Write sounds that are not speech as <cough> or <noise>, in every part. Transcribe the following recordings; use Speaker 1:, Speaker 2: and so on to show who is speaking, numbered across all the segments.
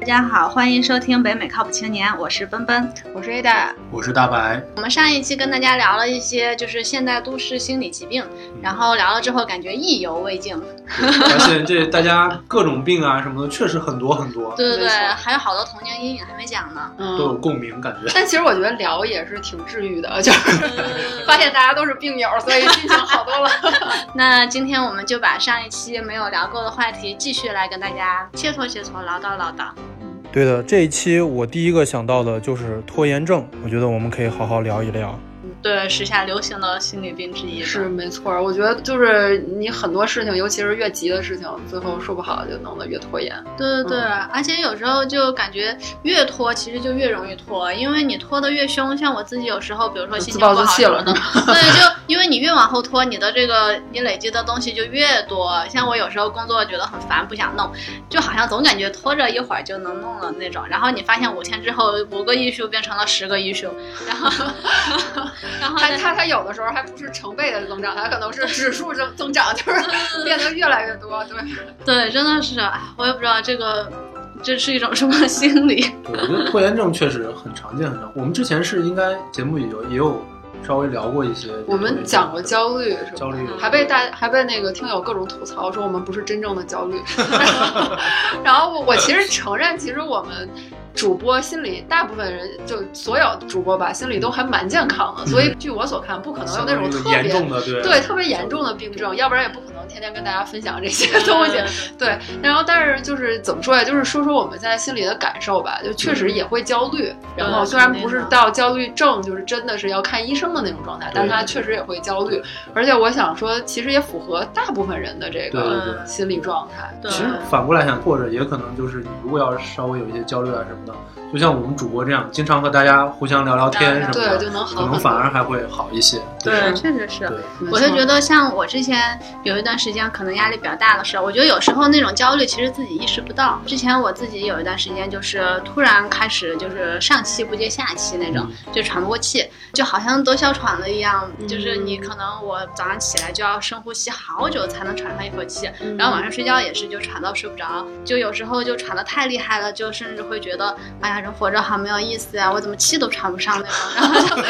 Speaker 1: 大家好，欢迎收听北美靠谱青年，我是奔奔。
Speaker 2: 我是 Ada。
Speaker 1: 嗯
Speaker 3: 我是大白，
Speaker 1: 我们上一期跟大家聊了一些就是现代都市心理疾病，
Speaker 3: 嗯
Speaker 1: 然后聊了之后感觉意犹未尽。
Speaker 3: 发现这大家各种病啊什么的，确实很多很多，
Speaker 1: 对对对
Speaker 2: 没错，
Speaker 1: 还有好多童年阴影还没讲呢。
Speaker 3: 都有
Speaker 2: 嗯，
Speaker 3: 共鸣感觉。
Speaker 2: 但其实我觉得聊也是挺治愈的，就是 <laughs> 发
Speaker 1: 发现
Speaker 2: 现大家都是病友，所以心情好多了。 <laughs>
Speaker 1: 那今天我们就把上一期没有聊够的话题继续来跟大家切磋切磋，唠叨唠叨。
Speaker 4: 对的，这一期我第一个想到的就是拖延症，我觉得我们可以好好聊一聊。
Speaker 1: 对，时下流行的心理病之一
Speaker 2: 是没错儿，我觉得就是你很多事情，尤其是越急的事情，最后说不好就弄得越拖延。
Speaker 1: 对对对，而且有时候就感觉越拖，其实就越容易拖，因为你拖得越凶，像我自己有时候，比如说嗯心
Speaker 2: 自
Speaker 1: 情
Speaker 2: 暴
Speaker 1: 不
Speaker 2: 自
Speaker 1: 好
Speaker 2: 弃
Speaker 1: 什么
Speaker 2: 了 <laughs>
Speaker 1: 的，
Speaker 2: 呢？
Speaker 1: 对，就因为你越往后拖，你的这个你累积的东西就越多。像我有时候工作觉得很烦，不想弄，就好像总感觉拖着一会儿就能弄了那种。然后你发现五天之后，五个 issue 变成了十个 issue，然后然后
Speaker 2: 他
Speaker 1: 呢
Speaker 2: 他他有的时候还不是成倍的增长，他可能是指数增增长，就是
Speaker 1: 嗯
Speaker 2: 变得越来越多。对，
Speaker 1: 对，真的是，哎我也不知道这个这是一种什么心理。
Speaker 3: 对，我觉得拖延症确实很常见，很常。我们之前是应该节目里有也有稍微聊过一些，
Speaker 2: 我们讲过焦虑是吧？
Speaker 3: 焦虑，
Speaker 2: 还被大还被那个听友各种吐槽说我们不是真正的焦虑， <laughs> 然后我我其实承认，其实我们主播心里大部分人就所有主播吧，心里都还蛮健康的，所以据我所看，不可能有那种
Speaker 3: 嗯相
Speaker 2: 特
Speaker 3: 当于一个严
Speaker 2: 别
Speaker 3: 重的对
Speaker 2: 对特别严重的病症，要不然也不可能天天跟大家分享这些
Speaker 3: 嗯
Speaker 2: 东西。对，然后但是就是怎么说呀？就是说说我们现在心里的感受吧，就确实也会焦虑。然后虽然不是到焦虑症，就是真的是要看医生的那种状态，但是他确实也会焦虑。而且我想说，其实也符合大部分人的这
Speaker 3: 对
Speaker 2: 个
Speaker 3: 对对
Speaker 2: 心理状态。嗯
Speaker 1: 对
Speaker 3: 其实反过来想，或者也可能就是你如果要是稍微有一些焦虑啊什么的，就像我们主播这样，经常和大家互相聊聊天什么
Speaker 2: 对，
Speaker 3: 的，
Speaker 2: 就能
Speaker 3: 可
Speaker 2: 好很
Speaker 3: 能
Speaker 2: 多。
Speaker 3: 反而还会好一些。
Speaker 1: 对，确实是。
Speaker 3: 对，
Speaker 2: 没错
Speaker 1: 我是觉得，像我之前有一段时间可能压力比较大的时候，我觉得有时候那种焦虑其实自己意识不到。之前我自己有一段时间就是突然开始就是上气不接下气那
Speaker 3: 嗯
Speaker 1: 种，就喘不过气，就好像得哮喘了一样。
Speaker 2: 嗯
Speaker 1: 就是你可能我早上起来就要深呼吸好久才能喘上一口气，
Speaker 2: 嗯
Speaker 1: 然后晚上睡觉也是就喘到睡不着，就有时候就喘得太厉害了，就甚至会觉得哎呀人活着好没有意思啊，我怎么气都喘不上那种， <laughs> 然后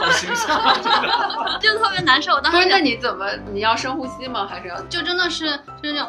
Speaker 3: 好形象。啊
Speaker 1: <laughs> 就就特别难受。我当
Speaker 2: 不
Speaker 1: 时
Speaker 2: 是，
Speaker 1: 就
Speaker 2: 那你怎么你要深呼吸吗？还是要？
Speaker 1: 就真的是就是那种。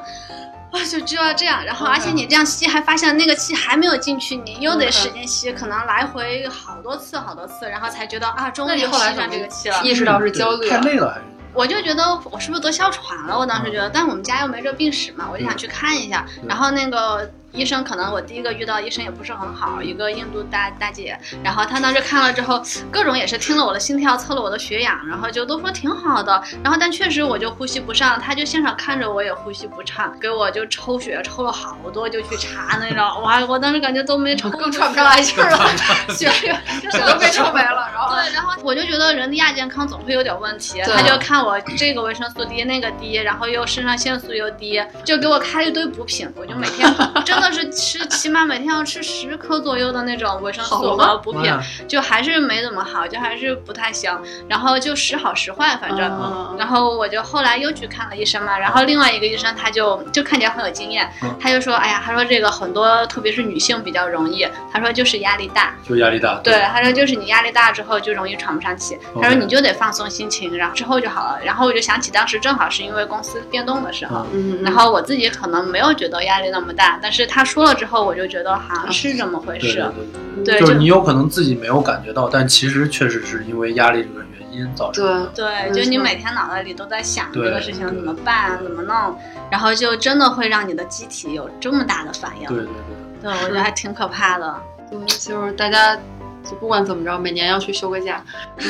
Speaker 1: 啊，就就要这样，然后
Speaker 2: OK
Speaker 1: 而且你这样吸，还发现那个气还没有进去，你又得
Speaker 2: OK
Speaker 1: 使劲吸，可能来回好多次好多次，然后才觉得啊，终
Speaker 2: 那
Speaker 1: 于
Speaker 2: 你后来
Speaker 1: 吸
Speaker 2: 怎
Speaker 1: 上
Speaker 2: 么
Speaker 1: 这个气了。
Speaker 2: 意识到是焦虑
Speaker 3: 嗯太
Speaker 2: 了？
Speaker 3: 累了还是？
Speaker 1: 我就觉得我是不是得哮喘了？我当时觉得，但我们家又没这病史嘛，我就想去看一下。
Speaker 3: 对
Speaker 1: 然后那个医生可能我第一个遇到医生也不是很好，一个印度大大姐，然后她当时看了之后，各种也是听了我的心跳，测了我的血氧，然后就都说挺好的。然后但确实我就呼吸不上，她就现场看着我也呼吸不畅，给我就抽血抽了好多，就去查那种，哇，我当时感觉都没抽，
Speaker 2: 更喘不上来气儿了，
Speaker 1: <laughs>
Speaker 2: 血 <laughs> 血都被抽没了，然后
Speaker 1: 对，然后我就觉得人的亚健康总会有点问题，
Speaker 2: 对
Speaker 1: 他就看我这个维生素低，那个低，然后又肾上腺素又低，就给我开一堆补品，我就每
Speaker 2: <laughs>
Speaker 1: 天真的是吃，起码每天要吃十颗左右的那种维生素
Speaker 2: 好吗
Speaker 1: 和补
Speaker 3: 妈
Speaker 1: 品
Speaker 3: 呀，
Speaker 1: 就还是没怎么好，就还是不太行，然后就时好时坏，反正。
Speaker 2: 嗯
Speaker 1: 然后我就后来又去看了医生嘛，然后另外一个医生他就就看起来很有经验
Speaker 3: 嗯，
Speaker 1: 他就说，哎呀，他说这个很多特别是女性比较容易，他说就是压力大，
Speaker 3: 就压力大。
Speaker 1: 对，他说就是你压力大之后就容易喘不上气，他说
Speaker 3: OK
Speaker 1: 你就得放松心情，然后之后就好了。然后我就想起当时正好是因为公司变动的时候，
Speaker 2: 嗯，
Speaker 1: 然后我自己可能没有觉得压力那么大，但是他说了之后，我就觉得好像是这么回
Speaker 3: 对对
Speaker 1: 事。
Speaker 3: 对。
Speaker 1: 对，
Speaker 3: 就是
Speaker 1: 就
Speaker 3: 你有可能自己没有感觉到，但其实确实是因为压力这个原因造成。
Speaker 2: 对，
Speaker 1: 对，
Speaker 2: 没
Speaker 1: 就你
Speaker 2: 错
Speaker 1: 每天脑袋里都在想这
Speaker 3: 对
Speaker 1: 个事情怎么办、怎么弄，然后就真的会让你的机体有这么大的反应。
Speaker 3: 对对
Speaker 2: <laughs>
Speaker 1: 对，我觉得还挺可怕的。
Speaker 2: 嗯，就是大家就不管怎么着，每年要去休个假，
Speaker 3: 对对，确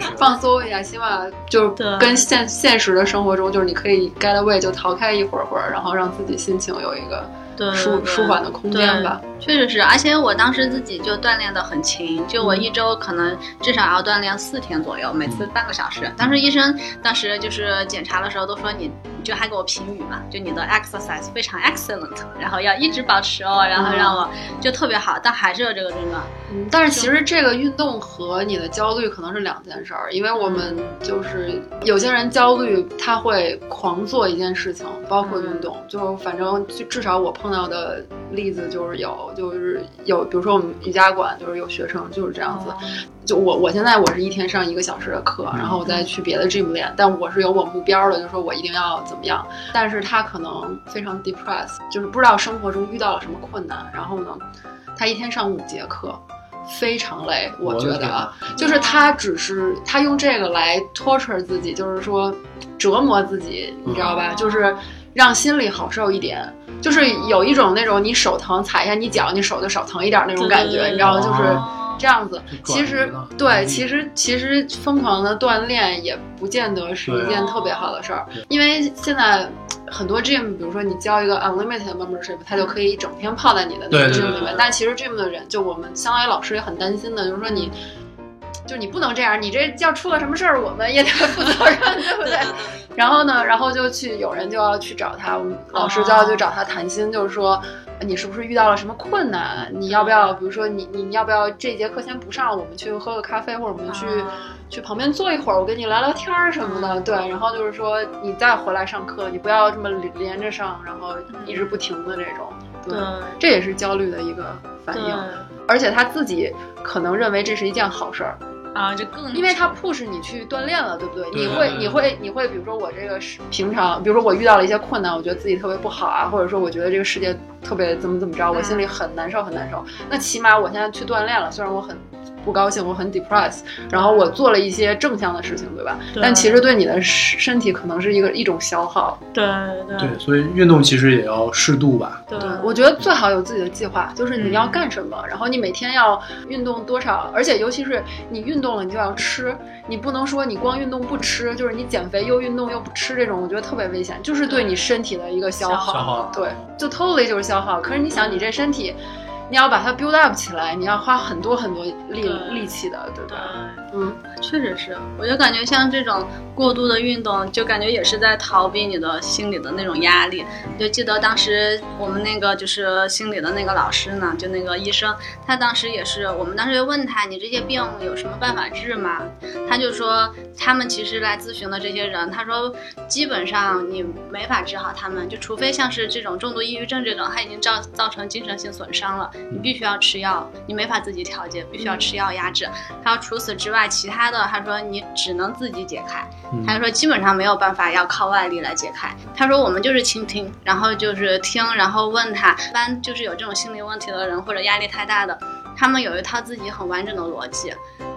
Speaker 3: 实。
Speaker 2: <laughs> 放松一下，希望就是
Speaker 1: 对
Speaker 2: 跟现现实的生活中，就是你可以 get away 就逃开一会儿会儿，然后让自己心情有一个
Speaker 1: 对，
Speaker 2: 舒舒缓的空间吧。
Speaker 1: 确实是，而且我当时自己就锻炼的很勤，就
Speaker 2: 嗯
Speaker 1: 我一周可能至少要锻炼四天左右，每次半个小时。当时医生当时就是检查的时候都说你就还给我评语嘛，就你的 exercise 非常 excellent，然 <laughs> 后要一直保持哦，然后让我就特别好，但还是有这个症状。
Speaker 2: 嗯，但是其实这个运动和你的焦虑可能是两件事儿，因为我们
Speaker 1: 嗯
Speaker 2: 就是有些人焦虑，他会狂做一件事情，包括
Speaker 1: 嗯
Speaker 2: 运动，就反正就至少我碰到的例子就是有，就是有，比如说我们瑜伽馆就是有学生就是这样子，就我我现在我是一天上一个小时的课，然后我再去别的 gym 练，但我是有我目标的，就是说我一定要怎么样，但是他可能非常 depressed，就是不知道生活中遇到了什么困难，然后呢，他一天上五节课。非常累，我
Speaker 3: 我
Speaker 2: 觉
Speaker 3: 的
Speaker 2: 得
Speaker 3: 天
Speaker 2: 啊，就是他只是他用这个来 torture 自己，就是说折磨自己，你知道吧？
Speaker 1: 嗯
Speaker 2: 就是让心里好受一点，就是有一种那种你手疼踩一下你脚，你手就少疼一点那种感觉，
Speaker 1: 对对对
Speaker 2: 你知道吗？就是
Speaker 1: 哦
Speaker 2: 这样子。
Speaker 3: 就转移
Speaker 2: 其实
Speaker 3: 了
Speaker 2: 对，其实其实疯狂的锻炼也不见得是一
Speaker 3: 对
Speaker 2: 件特别好的事儿
Speaker 3: 对，
Speaker 2: 因为现在很多 gym，比如说你交一个 unlimited membership，它就可以一整天泡在你的那个
Speaker 3: 对对
Speaker 2: gym
Speaker 3: 对
Speaker 2: 里
Speaker 1: 对
Speaker 2: 面
Speaker 1: 对。
Speaker 2: 但其实 gym 的人，就我们相当于老师也很担心的，就是说你。就你不能这样，你这要出了什么事儿，我们也得负责任，对不
Speaker 1: 对
Speaker 2: 对？然后呢，然后就去有人就要去找他，我们老师就要去找他谈心，就是说呃你是不是遇到了什么困难？你
Speaker 1: 嗯
Speaker 2: 要不要，比如说你你你要不要这节课先不上，我们去喝个咖啡，或者我们去、
Speaker 1: 啊
Speaker 2: 去旁边坐一会儿，我跟你聊聊天儿什么的。
Speaker 1: 嗯
Speaker 2: 对，然后就是说你再回来上课，你不要这么连连着上，然后一直不停的这种。
Speaker 1: 嗯对
Speaker 2: 这也是焦虑的一个反
Speaker 1: 对
Speaker 2: 应，而且他自己可能认为这是一件好事儿。
Speaker 1: 啊，就更
Speaker 2: 因为它 push 你去锻炼了，对不对？
Speaker 3: 对
Speaker 2: 你
Speaker 3: 对
Speaker 2: 会
Speaker 3: 对
Speaker 2: 你会你会，比如说我这个是平常，比如说我遇到了一些困难，我觉得自己特别不好啊，或者说我觉得这个世界特别怎么怎么着，我心里很难受很难受。那起码我现在去锻炼了，虽然我很不高兴，我很 depressed，然后我做了一些正向的事情，对吧？
Speaker 1: 对
Speaker 2: 但其实对你的身身体可能是一个一种消耗。
Speaker 1: 对
Speaker 3: 对，所以运动其实也要适度吧。
Speaker 1: 对
Speaker 2: 我觉得最好有自己的计划，就是你要
Speaker 1: 嗯
Speaker 2: 干什么，然后你每天要运动多少，而且尤其是你运动了，你就要吃，你不能说你光运动不吃，就是你减肥又运动又不吃这种，我觉得特别危险，就是对你身体的一个消耗。
Speaker 3: 消耗
Speaker 2: 对，就 totally 就是消耗。可是你想，你这身体，你要把它 build up 起来，你要花很多很多力
Speaker 1: 对
Speaker 2: 力气的，对吧？
Speaker 1: 对
Speaker 2: 嗯，
Speaker 1: 确实是，我就感觉像这种过度的运动，就感觉也是在逃避你的心理的那种压力。就记得当时我们那个就是心理的那个老师呢，就那个医生，他当时也是，我们当时就问他，你这些病有什么办法治吗？他就说，他们其实来咨询的这些人，他说基本上你没法治好他们，就除非像是这种重度抑郁症这种，他已经造造成精神性损伤了，你必须要吃药，你没法自己调节，必须要吃药压制。他说除此之外，其他的他说你只能自己解开，
Speaker 3: 嗯
Speaker 1: 他说基本上没有办法要靠外力来解开。他说我们就是倾听，然后就是听，然后问他，一般就是有这种心理问题的人或者压力太大的，他们有一套自己很完整的逻辑，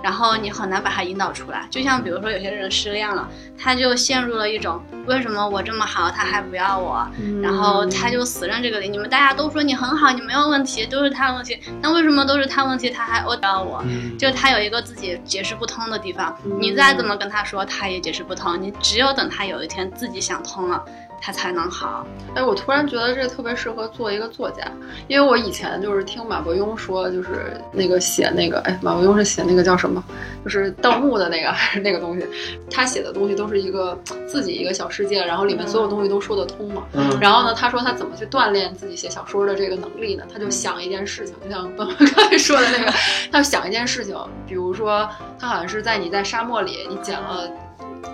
Speaker 1: 然后你很难把他引导出来。就像比如说有些人失恋了，他就陷入了一种为什么我这么好，他还不要我，然后他就死认这个理。你们大家都说你很好，你没有问题，都是他问题，但为什么都是他问题，他还殴打我？
Speaker 3: 嗯，
Speaker 1: 就他有一个自己解释不通的地方，
Speaker 2: 嗯
Speaker 1: 你再怎么跟他说，他也解释不通。你只有等他有一天自己想通了，他才能好。
Speaker 2: 哎，我突然觉得这特别适合做一个作家，因为我以前就是听马伯庸说，就是那个写那个，哎，马伯庸是写那个叫什么，就是盗墓的那个还是那个东西，他写的东西都是一个自己一个小世界，然后里面所有东西都说得通嘛。
Speaker 3: 嗯
Speaker 2: 然后呢，他说他怎么去锻炼自己写小说的这个能力呢？他就想一件事情，就像奔奔刚才说的那个，他想一件事情，比如说他好像是在你在沙漠里，你捡了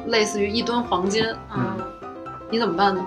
Speaker 2: 类似于一吨黄金，
Speaker 3: 嗯
Speaker 2: 你怎么办呢？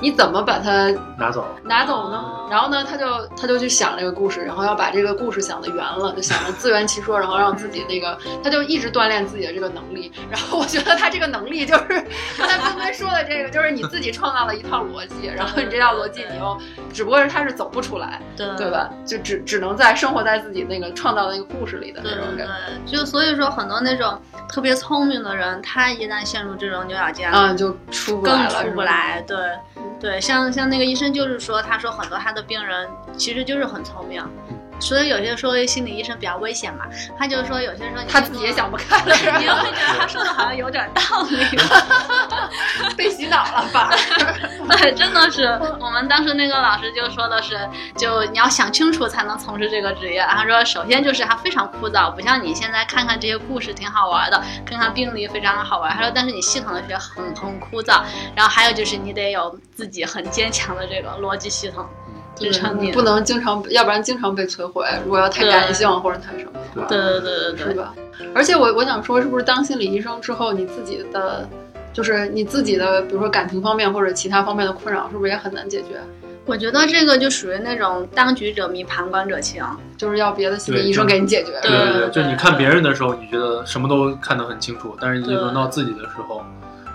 Speaker 2: 你怎么把它
Speaker 3: 拿走。
Speaker 2: 拿走呢
Speaker 1: 哦？
Speaker 2: 然后呢，他就他就去想这个故事，然后要把这个故事想的圆了，就想的自圆
Speaker 1: <laughs>
Speaker 2: 其说，然后让自己那个，他就一直锻炼自己的这个能力。然后我觉得他这个能力
Speaker 1: <laughs>
Speaker 2: 就是刚才纷纷说的这个，就是你自己创造了一套逻辑，然后你这套逻辑你又，只不过是他是走不出来，
Speaker 1: 对
Speaker 2: 对？吧？就只只能在生活在自己那个创造的那个故事里的那
Speaker 1: 对
Speaker 2: 种
Speaker 1: 对
Speaker 2: 感觉。
Speaker 1: 对，就所以说很多那种特别聪明的人，他一旦陷入这种牛角尖，
Speaker 2: 嗯，就出不来
Speaker 1: 更
Speaker 2: 了，
Speaker 1: 出
Speaker 2: 是
Speaker 1: 不
Speaker 2: 吧。嗯
Speaker 1: 来。对，
Speaker 2: 嗯
Speaker 1: 对，像像那个医生就是说，他说很多他的病人其实就是很聪明，所以有些说心理医生比较危险嘛，他就说有些时候你
Speaker 2: 他自己也想不开了，是
Speaker 1: 你又
Speaker 2: 吧？
Speaker 1: 会觉得他说的好像有点道理，
Speaker 2: <laughs> 被洗脑了吧？
Speaker 1: <laughs> 对， <laughs> 真的是。我们当时那个老师就说的是，就你要想清楚才能从事这个职业。他说，首先就是它非常枯燥，不像你现在看看这些故事挺好玩的，看看病例非常好玩。他说，但是你系统的学很很枯燥。然后还有就是你得有自己很坚强的这个逻辑系统支撑你
Speaker 2: 你。不能经常，要不然经常被摧毁。如果要太感性或者太什么的话，
Speaker 1: 对对对
Speaker 2: 是
Speaker 1: 对对，
Speaker 2: 吧？而且我我想说，是不是当心理医生之后，你自己的就是你自己的，比如说感情方面或者其他方面的困扰，是不是也很难解决？
Speaker 1: 我觉得这个就属于那种当局者迷，旁观者清。
Speaker 2: 就是要别的心理
Speaker 3: 对
Speaker 2: 医生给你解决。
Speaker 1: 对
Speaker 3: 对对，
Speaker 1: 对
Speaker 3: 就
Speaker 1: 对
Speaker 3: 你看别人的时候，你觉得什么都看得很清楚，但是一轮到自己的时候，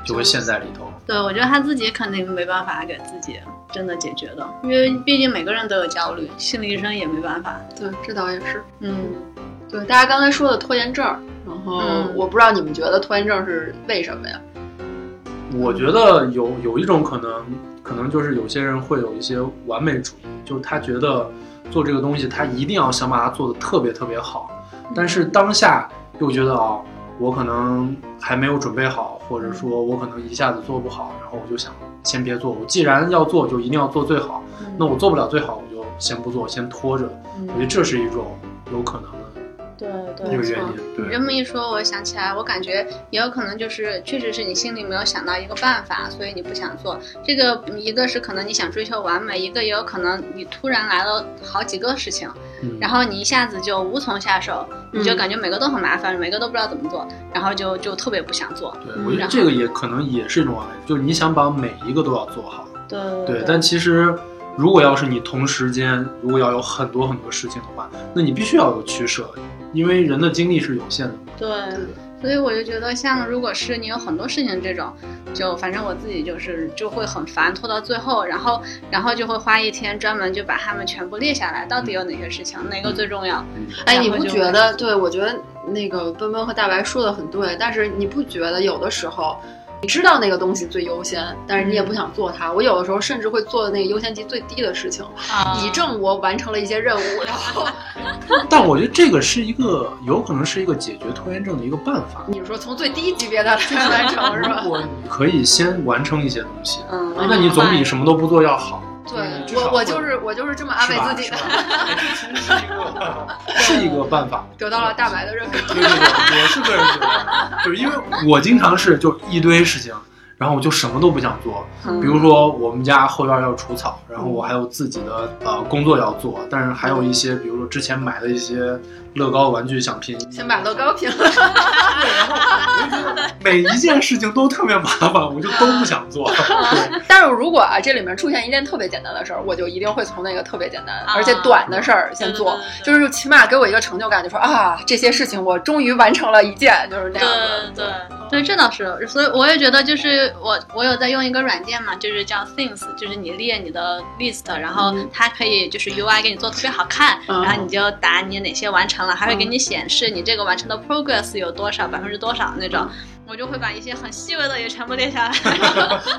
Speaker 3: 就会陷在里头。
Speaker 1: 对，我觉得他自己肯定没办法给自己真的解决的，因为毕竟每个人都有焦虑，心理医生也没办法。
Speaker 2: 对，这倒也是。
Speaker 1: 嗯，
Speaker 2: 对，大家刚才说的拖延症，然后
Speaker 1: 嗯
Speaker 2: 我不知道你们觉得拖延症是为什么呀？
Speaker 1: 嗯
Speaker 3: 我觉得有有一种可能，可能就是有些人会有一些完美主义，就是他觉得做这个东西，他一定要想把它做得特别特别好，
Speaker 1: 嗯
Speaker 3: 但是当下又觉得哦，我可能还没有准备好，或
Speaker 1: 嗯
Speaker 3: 者说我可能一下子做不好，然后我就想先别做，我既然要做，就一定要做最好，
Speaker 1: 嗯
Speaker 3: 那我做不了最好，我就先不做，先拖着。我觉得这是一种有可能的
Speaker 1: 对
Speaker 3: 一个
Speaker 1: 对。
Speaker 3: 原因，
Speaker 1: 你
Speaker 3: 对
Speaker 1: 这么一说，我想起来，我感觉也有可能就是，确实是你心里没有想到一个办法，所以你不想做。这个一个是可能你想追求完美，一个也有可能你突然来了好几个事情，
Speaker 3: 嗯，
Speaker 1: 然后你一下子就无从下手，你就感觉每个都很麻烦，每个都不知道怎么做，然后就就特别不想做。
Speaker 3: 对，我
Speaker 1: 嗯
Speaker 3: 觉
Speaker 1: 然
Speaker 3: 得
Speaker 1: 后
Speaker 3: 这个也可能也是一种完美，就是你想把每一个都要做好。
Speaker 1: 对
Speaker 3: 对，但其实如果要是你同时间如果要有很多很多事情的话，那你必须要有取舍，因为人的精力是有限的。
Speaker 1: 对，所以我就觉得，像如果是你有很多事情这种，就反正我自己就是就会很烦，拖到最后，然后然后就会花一天专门就把它们全部列下来，到底有哪些事情，哪个最重要？
Speaker 3: 嗯，
Speaker 2: 哎，
Speaker 1: 然
Speaker 2: 你
Speaker 1: 后
Speaker 2: 不
Speaker 1: 就
Speaker 2: 觉
Speaker 1: 会
Speaker 2: 得？对，我觉得那个奔奔和大白说的很对，但是你不觉得有的时候，你知道那个东西最优先，但是你也
Speaker 3: 嗯
Speaker 2: 不想做它。我有的时候甚至会做那个优先级最低的事情，
Speaker 3: 啊嗯
Speaker 2: 以证我完成了一些任务。然
Speaker 3: <laughs>
Speaker 2: 后
Speaker 3: 但我觉得这个是一个有可能是一个解决拖延症的一个办法。
Speaker 1: <laughs>
Speaker 2: 你说从最低级别的来完成是吧
Speaker 3: <laughs> 如？果你可以先完成一些东西，
Speaker 1: 嗯，
Speaker 3: 那你总比什么都不做要好。
Speaker 2: 对
Speaker 3: 嗯至
Speaker 2: 我，
Speaker 3: 少
Speaker 2: 我
Speaker 3: 会
Speaker 2: 就是我就是这么安慰自己的
Speaker 3: 是，吧是吧哎这其实是一个 <laughs> 是一个办法。
Speaker 2: 得到了大白的认可。
Speaker 3: 对对对，我是个人觉得，就是因为我经常是就一堆事情，然后我就什么都不想做。
Speaker 1: 嗯
Speaker 3: 比如说我们家后院要除草，然后我还有自己的呃工作要做，但是还有一些比如说之前买的一些乐高玩具想拼，
Speaker 2: 先把乐高拼
Speaker 3: <laughs>
Speaker 2: 了， <laughs>
Speaker 3: 每一件事情都特别麻烦，我就都不想
Speaker 2: <laughs>
Speaker 3: 做。对
Speaker 2: 但是如果啊这里面出现一件特别简单的事儿，我就一定会从那个特别简单而且短的事儿先做，
Speaker 1: 啊对对对对
Speaker 2: 就是起码给我一个成就感，就说啊这些事情我终于完成了一件，就是那样
Speaker 1: 对
Speaker 2: 子。
Speaker 1: 对对，这倒是，所以我也觉得，就是我我有在用一个软件嘛，就是叫 Things，就是你列你的 list，然后
Speaker 2: 嗯
Speaker 1: 它可以就是 UI 给你做特别好看，
Speaker 2: 嗯
Speaker 1: 然后你就打你哪些完成了，还会给你显示你这个完成的 progress 有多少，百分之多少那种。
Speaker 2: 嗯
Speaker 1: 我就会把一些很细微的也全部列下来。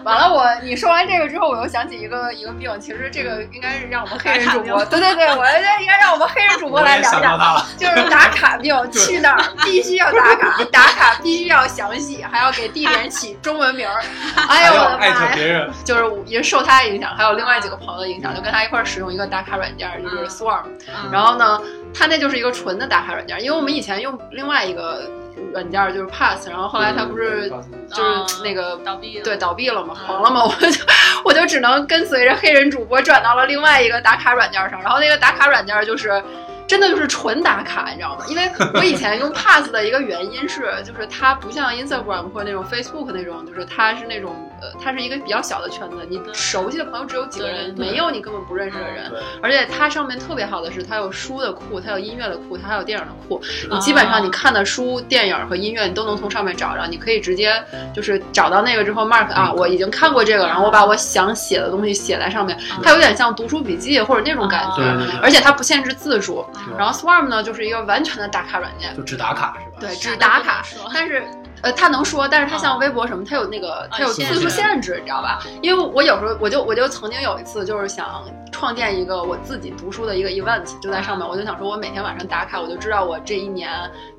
Speaker 2: 完了我你说完这个之后，我又想起一个一个病，其实这个应该是让我们黑人主播，对对对，我觉得应该让我们黑人主播
Speaker 3: 我
Speaker 2: 来
Speaker 3: 也
Speaker 2: 聊
Speaker 3: 想
Speaker 2: 聊
Speaker 3: 到。它了，
Speaker 2: 就是打卡病，去哪儿必须要打卡，打卡必须要详细，还要给地点起中文名
Speaker 3: <laughs>
Speaker 2: 儿。哎呦我
Speaker 3: 还要
Speaker 2: 的妈
Speaker 3: 艾特
Speaker 2: 呀！
Speaker 3: 别人。
Speaker 2: 就是我也是受他影响，还有另外几个朋友的影响，就跟他一块儿使用一个打卡软件，就是
Speaker 1: 嗯
Speaker 2: Swarm。
Speaker 1: 嗯
Speaker 2: <laughs> 然后呢，他那就是一个纯的打卡软件，因为我们以前用另外一个软件就是 Pass，然后后来他不是
Speaker 1: 嗯
Speaker 2: 就是那个。
Speaker 1: 倒闭了，
Speaker 2: 对，倒闭了嘛，
Speaker 1: 嗯
Speaker 2: 黄了嘛， <laughs> 我就我就只能跟随着黑人主播转到了另外一个打卡软件上，然后那个打卡软件就是真的就是纯打卡，你知道吗？因为我以前用 Pass 的一个原因是，就是它不像 Instagram 或者那种 Facebook 那种，就是它是那种呃，它是一个比较小的圈子，你
Speaker 1: 对
Speaker 2: 熟悉的朋友只有几个人，
Speaker 1: 对对
Speaker 2: 没有你根本不认识的人。
Speaker 3: 对
Speaker 2: 而且它上面特别好的是，它有书的库，它有音乐的库，它还有电影的库。你
Speaker 1: 啊
Speaker 2: 基本上你看的书、电影和音乐，你都能从上面找着。你可以直接就是找到那个之后，mark 啊，
Speaker 3: 嗯啊
Speaker 2: 我已经看过这个，然后我把我想写的东西写在上面。它有点像读书笔记或者那种感觉，
Speaker 3: 对啊对对嗯
Speaker 2: 而且它不限制字数。
Speaker 1: 哎
Speaker 3: 是
Speaker 2: 然后 Swarm 呢，就是一个完全的打卡软件，
Speaker 3: 就只打卡是吧？
Speaker 2: 对，只打卡。但是呃，他能说，但是他像微博什么，他有那个他有
Speaker 1: 限
Speaker 2: 字数
Speaker 1: 制
Speaker 2: 限制，你知道吧？因为我有时候我就我就曾经有一次就是想创建一个我自己读书的一个 event，就在上面，我就想说，我每天晚上打卡，我就知道我这一年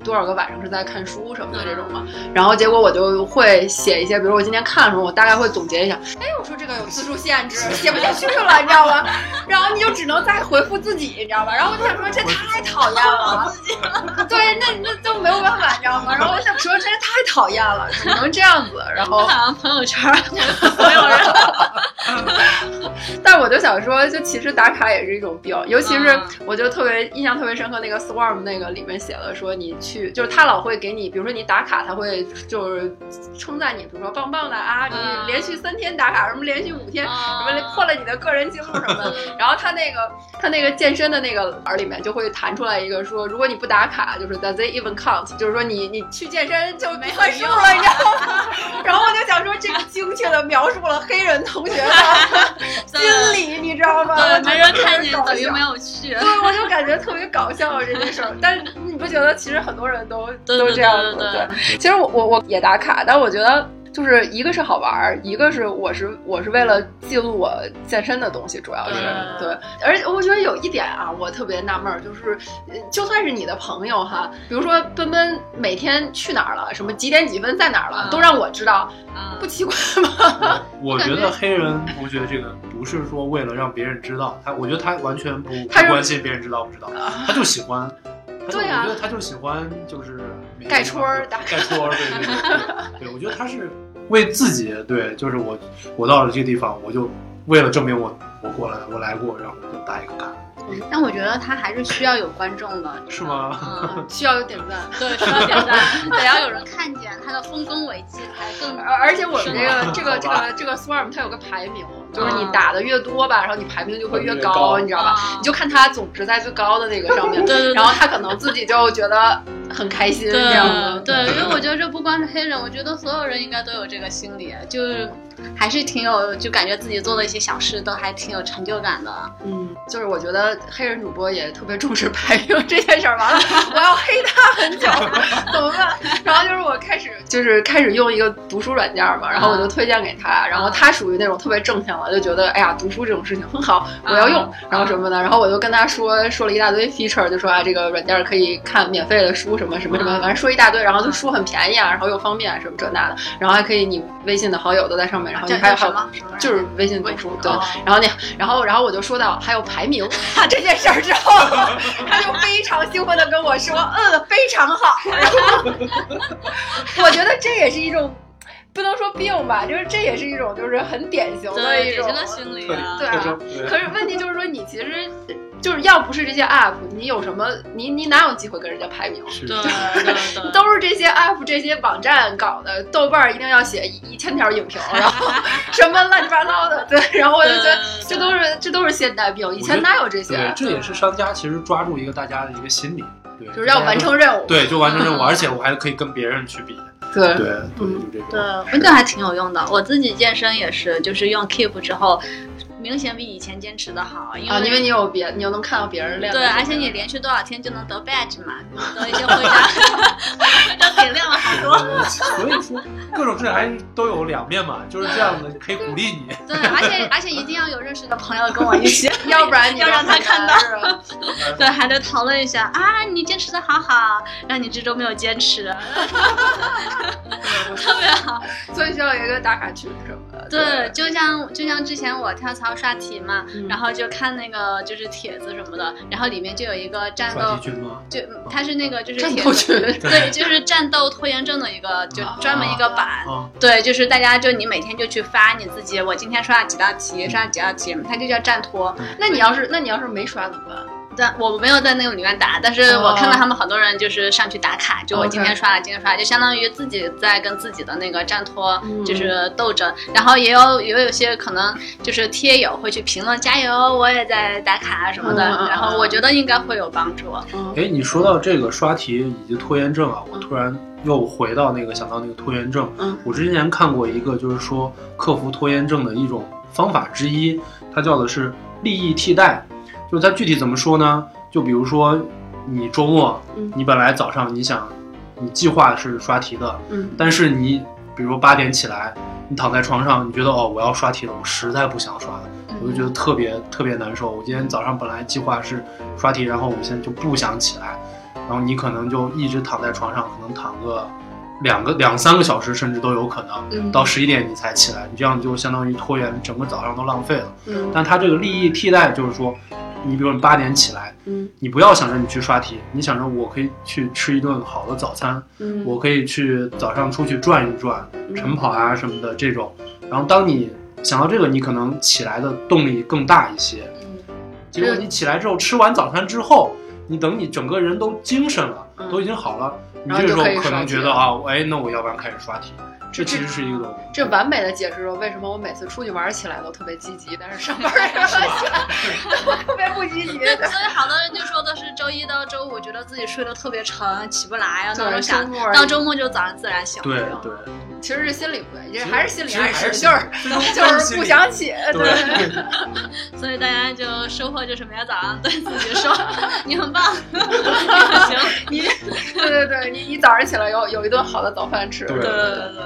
Speaker 2: 多少个晚上是在看书什么的这种嘛。然后结果我就会写一些，比如我今天看了什么，我大概会总结一下。哎，我说这个有字数限 <laughs> 制，写不下去了，你知道吗？然后你就只能再回复自己，你知道吧？然后我就想说，这太讨厌了，对，那那就没有办法，你知道吗？然后我想说，这太讨厌了，只能这样子。然后
Speaker 1: 好像朋友
Speaker 2: <laughs>
Speaker 1: 圈儿所有人，
Speaker 2: 但我就想说，就其实打卡也是一种病，尤其是
Speaker 1: 嗯
Speaker 2: 我就特别印象特别深刻，那个 Swarm 那个里面写了说，你去就是他老会给你，比如说你打卡，他会就是称赞你，比如说棒棒的啊，你
Speaker 1: 嗯
Speaker 2: 连续三天打卡，什么连续五天，什么
Speaker 1: 什
Speaker 2: 破了你的个人记录什么 <laughs> 的。然后他那个他那个健身的那个栏里面就会弹出来一个说，如果你不打卡，就是 does it even count，就是说你你去健身就没算数了，你知道吗？ <laughs> 然后我就想说，这个精确的描述了黑人同学的心理，你知道吗？我
Speaker 1: 对，
Speaker 2: 就
Speaker 1: 没人
Speaker 2: 特别
Speaker 1: 看见
Speaker 2: 搞
Speaker 1: 等于
Speaker 2: 笑
Speaker 1: 没有去。
Speaker 2: 对，我就感觉特别搞笑这件事儿。但是你不觉得其实很多人都
Speaker 1: 对
Speaker 2: 都
Speaker 1: 对
Speaker 2: 这样
Speaker 1: 对
Speaker 2: 子？
Speaker 1: 对对
Speaker 2: 其实我我我也打卡，但我觉得。就是一个是好玩儿，一个是我是我是为了记录我健身的东西，主要是
Speaker 1: 对
Speaker 2: 对。而且我觉得有一点啊，我特别纳闷儿，就是呃就算是你的朋友哈，比如说奔奔每天去哪儿了，什么几点几分在哪儿了，
Speaker 1: 嗯
Speaker 2: 都让我知道，
Speaker 1: 啊
Speaker 2: 不奇怪 <laughs>
Speaker 1: <laughs>
Speaker 2: 吗？
Speaker 3: 我觉得黑人同学这个不是说为了让别人知道，他我觉得他完全不
Speaker 2: 他是
Speaker 3: 不
Speaker 2: 啊
Speaker 3: 关心别人知道不知道，他就
Speaker 2: <laughs>
Speaker 3: 喜欢。他就
Speaker 2: 对啊
Speaker 3: 我觉得他就喜欢就是每
Speaker 2: 盖戳儿打卡
Speaker 3: 盖戳儿，对对对
Speaker 2: <laughs>
Speaker 3: 对，对我觉得他是为自己，对，就是我我到了这个地方，我就为了证明我我过来我来过，然后我就打一个卡，
Speaker 1: 但我觉得他还是需要有观众的，
Speaker 3: 是吗？
Speaker 2: <laughs>
Speaker 1: 嗯，
Speaker 2: 需要有点赞。
Speaker 1: 对，需要点赞，得要有人看见他的丰功伟绩才更。
Speaker 2: 而而且我们这个
Speaker 3: 是
Speaker 2: 这个这
Speaker 3: 好啊
Speaker 2: 个这个 Swarm 它有个排名，就是你
Speaker 1: 嗯
Speaker 2: 打的越多吧，然后你排名就会越
Speaker 3: 越
Speaker 2: 高，
Speaker 3: 高
Speaker 2: 你知道吧？
Speaker 1: 啊
Speaker 2: 你就看他总是在最高的那个上面
Speaker 1: 对，对对
Speaker 2: 然后他可能自己就觉得很开心这样
Speaker 1: 对
Speaker 2: 子。
Speaker 1: 对，因为我觉得这不光是黑人，我觉得所有人应该都有这个心理，就是
Speaker 2: 嗯
Speaker 1: 还是挺有，就感觉自己做的一些小事都还挺有成就感的。
Speaker 2: 嗯，就是我觉得黑人主播也特别重视排名这件事儿。完了，我要黑他很久，怎么办？然后就是我开始就是开始用一个读书软件嘛，然后我
Speaker 1: 啊
Speaker 2: 就推荐给他，然后他属于那种特别正向的，就觉得哎呀，读书这种事情很好，我要
Speaker 1: 啊
Speaker 2: 用，然后什么的。然后我就跟他说说了一大堆 feature，就说啊，这个软件可以看免费的书什么什么什么，
Speaker 1: 啊
Speaker 2: 反正说一大堆，然后就书很便宜啊，然后又方便什么这那的，然后还可以你微信的好友都在上面，然后你
Speaker 1: 叫
Speaker 2: 还
Speaker 1: 叫
Speaker 2: 有
Speaker 1: 什么？什么
Speaker 2: 就是微信读
Speaker 1: 微
Speaker 2: 书
Speaker 1: 信
Speaker 2: 对
Speaker 1: 哦。
Speaker 2: 然后呢，然后然后我就说到还有排名 <laughs> 这件事儿之后， <laughs> 他就非常兴奋的跟我说，嗯，非常好。然后我觉得这也是一种不能说病吧，就是这也是一种就是很典型的一
Speaker 1: 对，典
Speaker 2: 种
Speaker 1: 型的心理啊。
Speaker 2: 对
Speaker 3: 特
Speaker 2: 啊
Speaker 3: 征 <laughs> 对
Speaker 2: 可是问题就是说，你其实就是要不是这些 app，你有什么你你哪有机会跟人家排名？
Speaker 3: 是
Speaker 1: 对对对，
Speaker 2: <laughs> 都是这些 app 这些网站搞的，豆瓣儿一定要写一一千条影评，然
Speaker 1: <laughs>
Speaker 2: 后什么乱七八糟的，对，然后我就觉得
Speaker 1: 对
Speaker 2: 这都
Speaker 1: 嗯
Speaker 2: 是这都是现代病，以
Speaker 3: 我觉
Speaker 2: 前
Speaker 3: 得
Speaker 2: 哪有这些
Speaker 3: 对，
Speaker 2: 啊？
Speaker 3: 这也是商家其实抓住一个大家的一个心理，对，
Speaker 2: 就是要完成任务，
Speaker 3: 对，就完成任务，而且我还可以跟别人去比，
Speaker 2: 对
Speaker 3: 对对，
Speaker 2: 嗯
Speaker 3: 就这种。
Speaker 1: 对，我觉得还挺有用的。我自己健身也是，就是用 Keep 之后，明显比以前坚持的好，因为、
Speaker 2: 啊，因为你有别，你又能看到别人练的什
Speaker 1: 对，
Speaker 2: 么样，
Speaker 1: 而且你连续多少天就能得 badge 嘛，得一些徽章，徽章点亮了好多。
Speaker 3: 所以说，各种事情还都有两面嘛，就是这样的，可以鼓励你。
Speaker 1: <laughs> 对，而且而且一定要有认识的朋友跟我一起，
Speaker 2: 要不然你
Speaker 1: 要让他看到。
Speaker 2: 到，
Speaker 1: <laughs>
Speaker 3: 呃
Speaker 1: 对，还得讨论一下啊，你坚持的好好，让你这周没有坚持， <laughs> 特别好。
Speaker 2: 所以需要有一个打卡群什么的。
Speaker 1: 对，就像就像之前我跳槽刷题嘛，
Speaker 2: 嗯
Speaker 1: 然后就看那个就是帖子什么的，然后里面就有一个战
Speaker 3: 刷
Speaker 1: 斗
Speaker 3: 题，群吗？
Speaker 1: 就
Speaker 2: 哦
Speaker 1: 它是那个就是
Speaker 2: 战
Speaker 1: 帖
Speaker 2: 斗
Speaker 1: 子 <laughs>
Speaker 2: 群，
Speaker 1: 对，就是战斗拖延症的一个，
Speaker 2: 哦
Speaker 1: 就专门一个版。
Speaker 3: 啊，
Speaker 1: 对，就是大家就你每天就去发你自己，我今天刷了几道题，刷了几道题，它就叫战拖。
Speaker 2: 那你要是那你要是没刷怎么办？
Speaker 1: 但我没有在那个里面打，但是我
Speaker 2: 哦
Speaker 1: 看到他们好多人就是上去打卡，就我今天刷了，今天刷了，就相当于自己在跟自己的那个战拖
Speaker 2: 嗯
Speaker 1: 就是斗争。然后也有也有些可能就是贴友会去评论加油，我也在打卡什么的
Speaker 2: 嗯嗯嗯。
Speaker 1: 然后我觉得应该会有帮助。
Speaker 3: 哎，你说到这个刷题以及拖延症啊，我突然又回到那个想到那个拖延症。
Speaker 2: 嗯
Speaker 3: 我之前看过一个，就是说克服拖延症的一种方法之一，它叫的是利益替代。就是它具体怎么说呢？就比如说，你周末
Speaker 2: 嗯，
Speaker 3: 你本来早上你想，你计划是刷题的，
Speaker 2: 嗯
Speaker 3: 但是你比如说八点起来，你躺在床上，你觉得哦，我要刷题了，我实在不想刷了，我就觉得特别特别难受。我今天早上本来计划是刷题，然后我现在就不想起来，然后你可能就一直躺在床上，可能躺个两个两三个小时，甚至都有可能。
Speaker 2: 嗯
Speaker 3: 到十一点你才起来，你这样就相当于拖延整个早上都浪费了。
Speaker 2: 嗯
Speaker 3: 但它这个利益替代就是说，你比如你八点起来，
Speaker 2: 嗯
Speaker 3: 你不要想着你去刷题，你想着我可以去吃一顿好的早餐，
Speaker 2: 嗯
Speaker 3: 我可以去早上出去转一转，晨跑啊什么的这种。然后当你想到这个，你可能起来的动力更大一些。
Speaker 2: 嗯
Speaker 3: 结果你起来之后，吃完早餐之后，你等你整个人都精神了，
Speaker 2: 嗯
Speaker 3: 都已经好了，你
Speaker 2: 然后
Speaker 3: 这
Speaker 2: 就
Speaker 3: 时候
Speaker 2: 可以
Speaker 3: 可能
Speaker 2: 刷题
Speaker 3: 觉得啊，哎，那我要不然开始刷题，这
Speaker 2: 这
Speaker 3: 其实是一个
Speaker 2: 这完美的解释了为什么我每次出去玩儿起来都特别积极，但是上
Speaker 3: <laughs>
Speaker 2: 班儿的时候特别不积极。
Speaker 1: 对，所以好多人就说的是周一到周五觉得自己睡得特别沉，起不来啊，那
Speaker 2: 对
Speaker 1: 种想
Speaker 2: 周末
Speaker 1: 到周末就早上自然醒了。
Speaker 3: 对
Speaker 1: 这种
Speaker 3: 对
Speaker 2: 其实是心理不对，
Speaker 3: 其
Speaker 2: 这
Speaker 3: 实
Speaker 2: 还是心理
Speaker 3: 其实
Speaker 2: 暗
Speaker 3: 还
Speaker 2: 示，
Speaker 3: 是
Speaker 2: 就是
Speaker 3: 心理暗示
Speaker 2: 就是不想起。对，
Speaker 3: 对。
Speaker 1: 所以大家就收获就是每天早上对自己说
Speaker 2: <laughs>
Speaker 1: 你很棒， <laughs> 你很行，
Speaker 3: <laughs>
Speaker 2: 你对对对，你你早上起来有有一顿好的早饭吃。
Speaker 3: 对
Speaker 1: 对对对，
Speaker 2: 对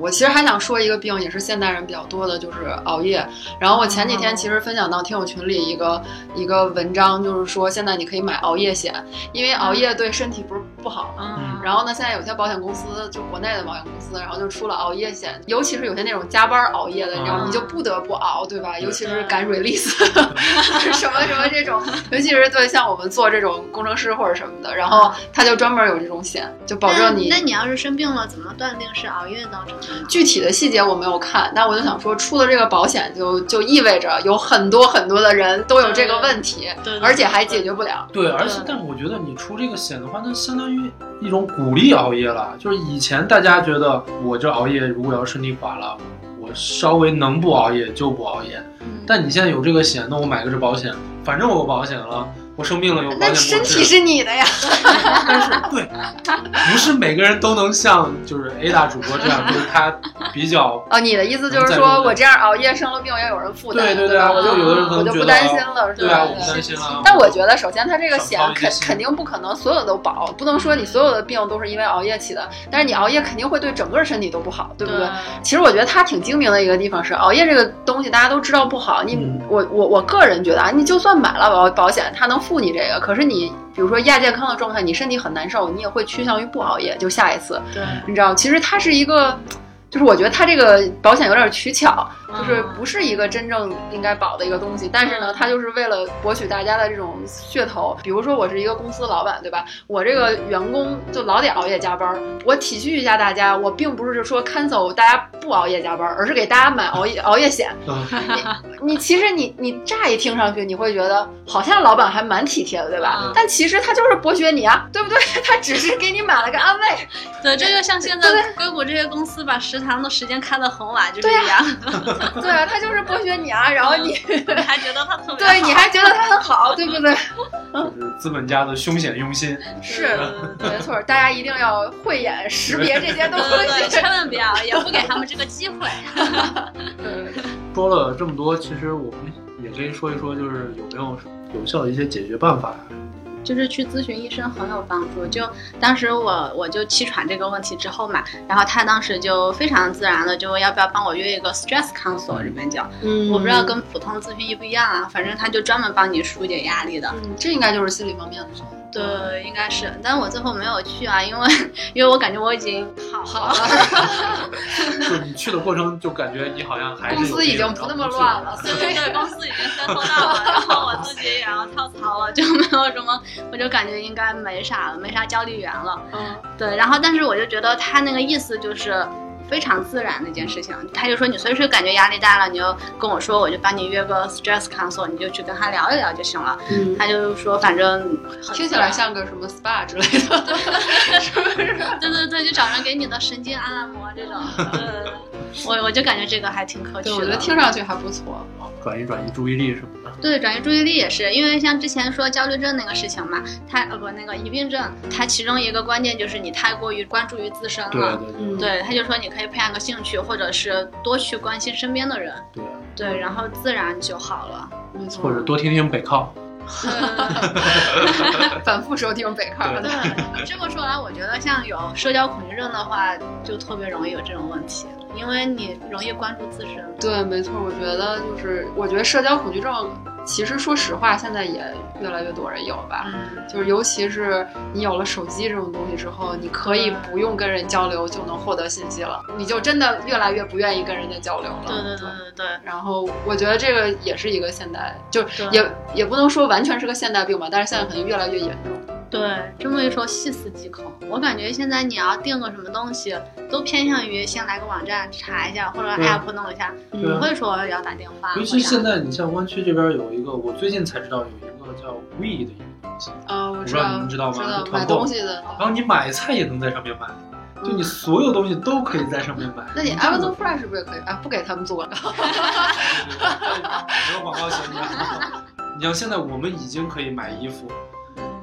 Speaker 2: 我其实还想说一个病，也是现代人比较多的，就是熬夜。然后我前几
Speaker 3: 哦
Speaker 2: 天其实分享到听友群里一个一个文章，就是说现在你可以买熬夜险，因为
Speaker 3: 嗯
Speaker 2: 熬夜对身体不是不好吗？
Speaker 1: 嗯，
Speaker 2: 然后呢，现在有些保险公司，就国内的保险公司，然后就出了熬夜险，尤其是有些那种加班熬夜的，你知道吗？
Speaker 3: 嗯
Speaker 2: 你就不得不熬，对吧？
Speaker 3: 对
Speaker 2: 尤其是赶 release，什么什么这种，尤其是对像我们做这种工程师或者什么的，然后他就专门有这种险，就保证你
Speaker 1: 那那你要是生病了，怎么断定是熬夜造成的呢？
Speaker 2: 具体的细节我没有看，但我就想说，出了这个保险就就意味着有很多很多的人都有这个问题，
Speaker 1: 对
Speaker 2: 而且还解决不了。
Speaker 3: 对，而且
Speaker 1: 对
Speaker 3: 但我觉得你出这个险的话，那相当于一种鼓励熬夜了。就是以前大家觉得我这熬夜，如果要身体垮了，我稍微能不熬夜就不熬夜。
Speaker 1: 嗯
Speaker 3: 但你现在有这个险，那我买个这保险，反正我有保险了，我生病了有保险
Speaker 2: 那
Speaker 3: 公
Speaker 2: 身体
Speaker 3: 司。
Speaker 2: 是你的呀，
Speaker 3: 但是对，不是每个人都能像就是 A 大主播这样，就是他比较。
Speaker 2: 啊，你的意思就
Speaker 3: 能
Speaker 2: 是
Speaker 3: 再
Speaker 2: 说
Speaker 3: 弄
Speaker 2: 我这样熬夜生了病要有人负担，
Speaker 3: 对
Speaker 2: 对
Speaker 3: 对啊，
Speaker 2: 吧
Speaker 3: 我就有的人可
Speaker 2: 我
Speaker 3: 能
Speaker 2: 就
Speaker 3: 觉得
Speaker 2: 不担心了，是
Speaker 3: 对
Speaker 2: 吧
Speaker 3: 啊，我？不担心啊。
Speaker 2: 但我觉得，首先他这个险
Speaker 3: 少操一些
Speaker 2: 肯
Speaker 3: 心
Speaker 2: 肯定不可能所有都保，不能说你所有的病都是因为熬夜起的，但是你熬夜肯定会对整个身体都不好，对不对？其实我觉得他挺精明的一个地方是，熬夜这个东西大家都知道不好。你、
Speaker 3: 嗯
Speaker 2: 我我我个人觉得啊，你就算买了保保险，它能付你这个，可是你比如说亚健康的状态，你身体很难受，你也会趋向于不熬夜，就下一次，
Speaker 1: 对，
Speaker 2: 你知道？其实它是一个，就是我觉得它这个保险有点取巧，就是
Speaker 1: 嗯
Speaker 2: 不是一个真正应该保的一个东西，但是呢，它就是为了博取大家的这种噱头。比如说，我是一个公司老板，对吧？我这个员工就老得熬夜加班儿，我体恤一下大家，我并不是说 cancel 大家不熬夜加班儿，而是给大家买熬夜熬夜险。
Speaker 3: 嗯
Speaker 2: 你其实你你乍一听上去，你会觉得好像老板还蛮体贴的，对吧？
Speaker 1: 嗯
Speaker 2: 但其实他就是剥削你啊，对不 <laughs> 对？他只是给你买了个安慰，
Speaker 1: 对，这就像现在硅谷这些公司把食堂的时间开得很晚，就是这样，嗯
Speaker 2: 对啊， <laughs> 他就是剥削你啊，然后你
Speaker 1: 你还觉得他特别
Speaker 2: <laughs> 对你还觉得他很好，对不对？
Speaker 3: 就是资本家的凶险用心。
Speaker 2: 是。
Speaker 1: 对
Speaker 2: 没错，大家一定要慧眼识别这些东
Speaker 1: <laughs> 对对，
Speaker 2: 西。
Speaker 1: 千万不要，也不给他们这个机会。
Speaker 3: 说了这么多，其实我们也可以说一说，就是有没有有效的一些解决办法呀？
Speaker 1: <laughs> 就是去咨询医生很有帮助。就当时我我就气喘这个问题之后嘛，然后他当时就非常自然的就要不要帮我约一个 stress counsel 里面叫，
Speaker 2: <laughs> 嗯
Speaker 1: 我不知道跟普通咨询一不一样啊，反正他就专门帮你疏解压力的。
Speaker 2: 嗯，这应该就是心理方面的吧。
Speaker 1: 对，应该是，但我最后没有去啊，因为 <laughs> 因为我感觉我已经好了。
Speaker 3: 就你去的过程，就感觉你好像还是
Speaker 2: 公司已经不那么乱了，
Speaker 3: 了。
Speaker 2: 所
Speaker 1: <laughs> 对
Speaker 2: 以
Speaker 1: 对对，公司已经先收到了，然后我自己也要跳槽了，就没有什么，我就感觉应该没啥了，没啥焦虑源了。
Speaker 2: 嗯
Speaker 1: 对，然后但是我就觉得他那个意思就是非常自然的一件事情，他就说你随时感觉压力大了，你就跟我说，我就帮你约个 stress counsel，你就去跟他聊一聊就行了。
Speaker 2: 嗯，
Speaker 1: 他就说反正很
Speaker 2: 听起来像个什么 SPA 之类的。
Speaker 1: 对对对，就找人给你的神经按按摩这种。
Speaker 2: <laughs>
Speaker 1: 呃，我我就感觉这个还挺可取的。
Speaker 2: 对，我觉得听上去还不错。
Speaker 3: 转移转移注意力什么的。
Speaker 1: 对，转移注意力也是，因为像之前说焦虑症那个事情嘛，它呃不那个疑病症，它其中一个关键就是你太过于关注于自身
Speaker 3: 对
Speaker 1: 了。
Speaker 3: 对
Speaker 2: 嗯
Speaker 3: 对
Speaker 1: 对，他就说你可以培养个兴趣，或者是多去关心身边的人，
Speaker 3: 对，
Speaker 1: 对，然后自然就好了。
Speaker 2: 没错
Speaker 3: 或者多听听北靠。
Speaker 2: 反复收听北靠的
Speaker 3: 对。
Speaker 1: 对，这么说来，我觉得像有社交恐惧症的话，就特别容易有这种问题。因为你容易关注自身。
Speaker 2: 对，没错，我觉得就是，我觉得社交恐惧症，其实说实话，现在也越来越多人有吧。
Speaker 1: 嗯，
Speaker 2: 就是尤其是你有了手机这种东西之后，你可
Speaker 3: 嗯
Speaker 2: 以不用跟人交流就能获得信息了，你就真的越来越不愿意跟人家交流了。
Speaker 1: 对对对对对，
Speaker 2: 然后我觉得这个也是一个现代，就是
Speaker 1: 对
Speaker 2: 也也不能说完全是个现代病吧，但是现在可能越来越严重。
Speaker 1: 对，这么一说细思极恐。我感觉现在你要订个什么东西，都偏向于先来个网站查一下，或者
Speaker 3: 对
Speaker 1: app 弄一下，
Speaker 3: 对
Speaker 1: 不
Speaker 3: 啊
Speaker 1: 会说要打电
Speaker 2: 啊
Speaker 1: 话。
Speaker 3: 尤
Speaker 1: 或
Speaker 3: 其
Speaker 1: 啥
Speaker 3: 现在你像湾区这边有一个，我最近才知道有一个叫 We 的一个东西，
Speaker 2: 嗯，我
Speaker 3: 不
Speaker 2: 知
Speaker 3: 知道
Speaker 2: 道，
Speaker 3: 你们知道吗
Speaker 2: 知
Speaker 3: 就
Speaker 2: 买
Speaker 3: 团购
Speaker 2: 东西
Speaker 3: <laughs>
Speaker 2: 的。
Speaker 3: 然后你买菜也能在上面买，就你所有东西都可以在上面买。
Speaker 2: 嗯那你 Amazon Fresh 是不是也可以？啊，不给他们做广告。
Speaker 3: 没有广告嫌疑
Speaker 2: <laughs>
Speaker 3: 啊。你像现在我们已经可以买衣服，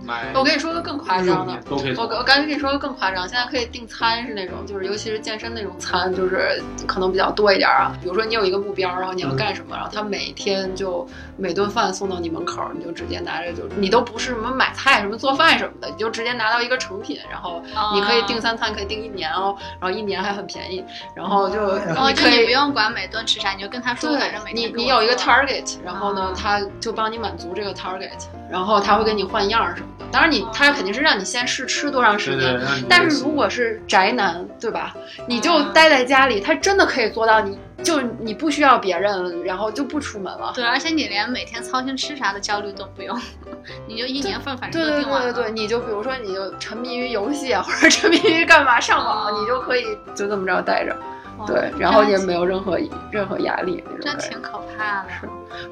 Speaker 3: 买
Speaker 2: <laughs> 我跟你说个更夸张的
Speaker 3: 日用品，都可以
Speaker 2: 我
Speaker 3: 做
Speaker 2: 我刚才跟你说的更夸张，现在可以订餐是那种，就是尤其是健身那种餐，就是可能比较多一点啊。比如说你有一个目标，然后你要干什么，然后他每天就每顿饭送到你门口，你就直接拿着就，你都不是什么买菜、什么做饭什么的，你就直接拿到一个成品，然后你可以订。三餐，可以订一年哦，然后一年还很便宜，然后就
Speaker 1: 哦，
Speaker 2: 你
Speaker 1: 就
Speaker 2: 可
Speaker 1: 你不
Speaker 2: 以。
Speaker 1: 用管每顿吃啥，你就跟他说，反正每
Speaker 2: 对，你
Speaker 1: 天
Speaker 2: 你有一个
Speaker 1: target。
Speaker 2: target，然后呢
Speaker 1: 啊，
Speaker 2: 他就帮你满足这个 target，然后他会给你换样儿什么的。当然你他肯定是让你先试吃多长时
Speaker 3: 对
Speaker 2: 间
Speaker 3: 对，，让你
Speaker 2: 但是如果是宅男，对吧？你就
Speaker 1: 嗯
Speaker 2: 待在家里，他真的可以做到你，就你不需要别人，然后就不出门了。
Speaker 1: 对，而且你连每天操心吃啥的焦虑都不用， <laughs> 你就一年份反正
Speaker 2: 对
Speaker 1: 都
Speaker 2: 对
Speaker 1: 定完
Speaker 2: 对对
Speaker 1: 了。
Speaker 2: 对，你就比如说，你就沉迷于游戏啊，或者沉迷于干嘛上网，
Speaker 1: 哦
Speaker 2: 你就可以就这么着待着，
Speaker 1: 哇
Speaker 2: 对，然后也没有任何任何压力那种
Speaker 1: 这
Speaker 2: 感觉。
Speaker 1: 挺可怕的。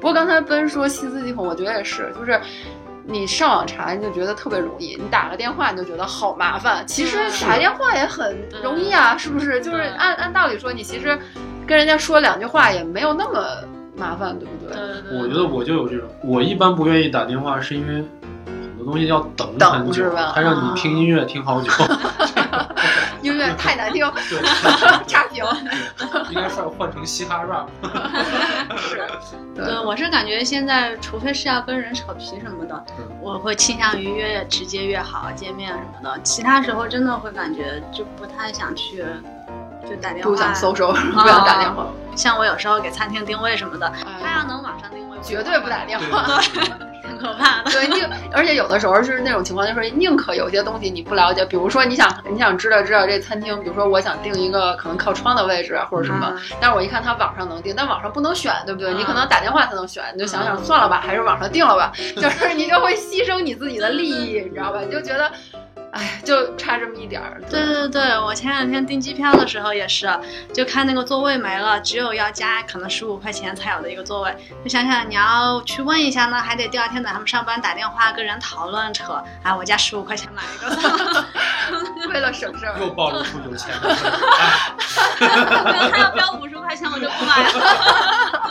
Speaker 2: 不过刚才奔说细思极恐，我觉得也是，就是你上网查你就觉得特别容易，你打个电话你就觉得好麻烦。其实
Speaker 1: 嗯
Speaker 2: 打电话也很容易啊，是不是？就是
Speaker 1: 对
Speaker 2: 按按道理说，你其实跟人家说两句话也没有那么麻烦，对不对？
Speaker 1: 对对对，
Speaker 3: 我觉得我就有这种，我一般不愿意打电话，是因为很多东西要等
Speaker 2: 等
Speaker 3: 很久
Speaker 2: 是吧，
Speaker 3: 他让你听音乐
Speaker 2: <laughs>
Speaker 3: 听好久，
Speaker 2: 音乐太难听，
Speaker 3: 对，
Speaker 2: <laughs> 差评
Speaker 3: 应该换换成嘻哈 rap。
Speaker 2: 是。
Speaker 1: 对，我是感觉现在，除非是要跟人扯皮什么的，
Speaker 3: 嗯
Speaker 1: 我会倾向于越直接越好，见面什么的。其他时候真的会感觉就不太想去，就打电话。
Speaker 2: 不想搜手，不想打电话，
Speaker 1: 像我有时候给餐厅定位什么的，他
Speaker 2: 哎
Speaker 1: 要能马上定位，
Speaker 2: 绝对不打电
Speaker 3: 对
Speaker 2: 话。
Speaker 1: <laughs> 很可怕的。
Speaker 2: 对，宁而且有的时候是那种情况，就是宁可有些东西你不了解，比如说你想你想知道知道这餐厅，比如说我想定一个可能靠窗的位置啊或者什
Speaker 1: <laughs>
Speaker 2: 么，
Speaker 1: 嗯
Speaker 2: 但是我一看它网上能定，但网上不能选，对不对？
Speaker 1: 嗯
Speaker 2: 你可能打电话才能选，你就想想
Speaker 1: 嗯
Speaker 2: 算了吧，还是网上定了
Speaker 1: <laughs>
Speaker 2: 吧，就是你就会牺牲你自己的利益，你知道吧？你就觉得，哎，就差这么一点儿。
Speaker 1: 对对对，我前两天订机票的时候也是，啊就看那个座位没了，只有要加可能十五块钱才有的一个座位，就想想你要去问一下呢，还得第二天等他们上班打电话跟人讨论扯，啊，我加十五块钱买一个，
Speaker 2: 为了省事儿。
Speaker 3: 又暴露出有钱的事儿，哎
Speaker 1: 他要标五十块钱我就不买了。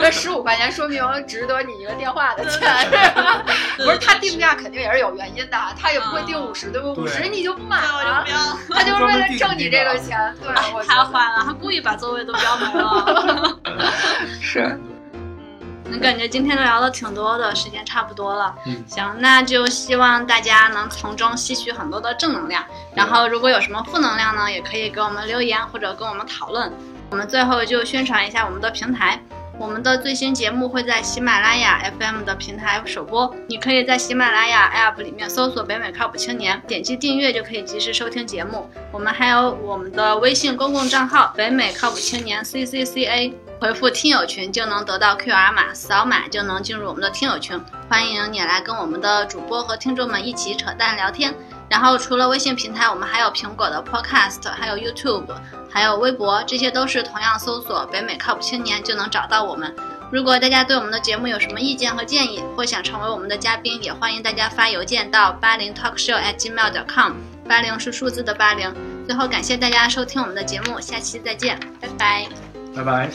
Speaker 2: 这十五块钱说明值得你一个电话的钱，
Speaker 1: 对 <laughs>
Speaker 2: 不是他定价肯定也是有原因的，他也不会定五十，对不对？
Speaker 3: 对
Speaker 2: 五十你就不买
Speaker 1: 我
Speaker 2: 了
Speaker 1: 就不，要了，
Speaker 2: 他就是为了挣你这个钱。对，我觉
Speaker 1: 太
Speaker 2: 得
Speaker 1: 坏了，他故意把座位都标没了。 <laughs>
Speaker 2: 是
Speaker 1: 嗯，感觉今天聊的挺多的，时间差不多了。
Speaker 3: 嗯
Speaker 1: 行，那就希望大家能从中吸取很多的正能量。然后，如果有什么负能量呢，也可以给我们留言或者跟我们讨论。我们最后就宣传一下我们的平台。我们的最新节目会在喜马拉雅 FM 的平台首播，你可以在喜马拉雅 App 里面搜索“北美靠谱青年”，点击订阅就可以及时收听节目。我们还有我们的微信公共账号“北美靠谱青年 CCCA”，回复“听友群”就能得到 QR 码，扫码就能进入我们的听友群。欢迎你来跟我们的主播和听众们一起扯淡聊天。然后除了微信平台，我们还有苹果的 Podcast，还有 YouTube，还有微博，这些都是同样搜索“北美靠谱青年”就能找到我们。如果大家对我们的节目有什么意见和建议，或想成为我们的嘉宾，也欢迎大家发邮件到八零 talkshow at gmail.com，八零是数字的八零。最后感谢大家收听我们的节目，下期再见，拜拜。
Speaker 3: 拜拜。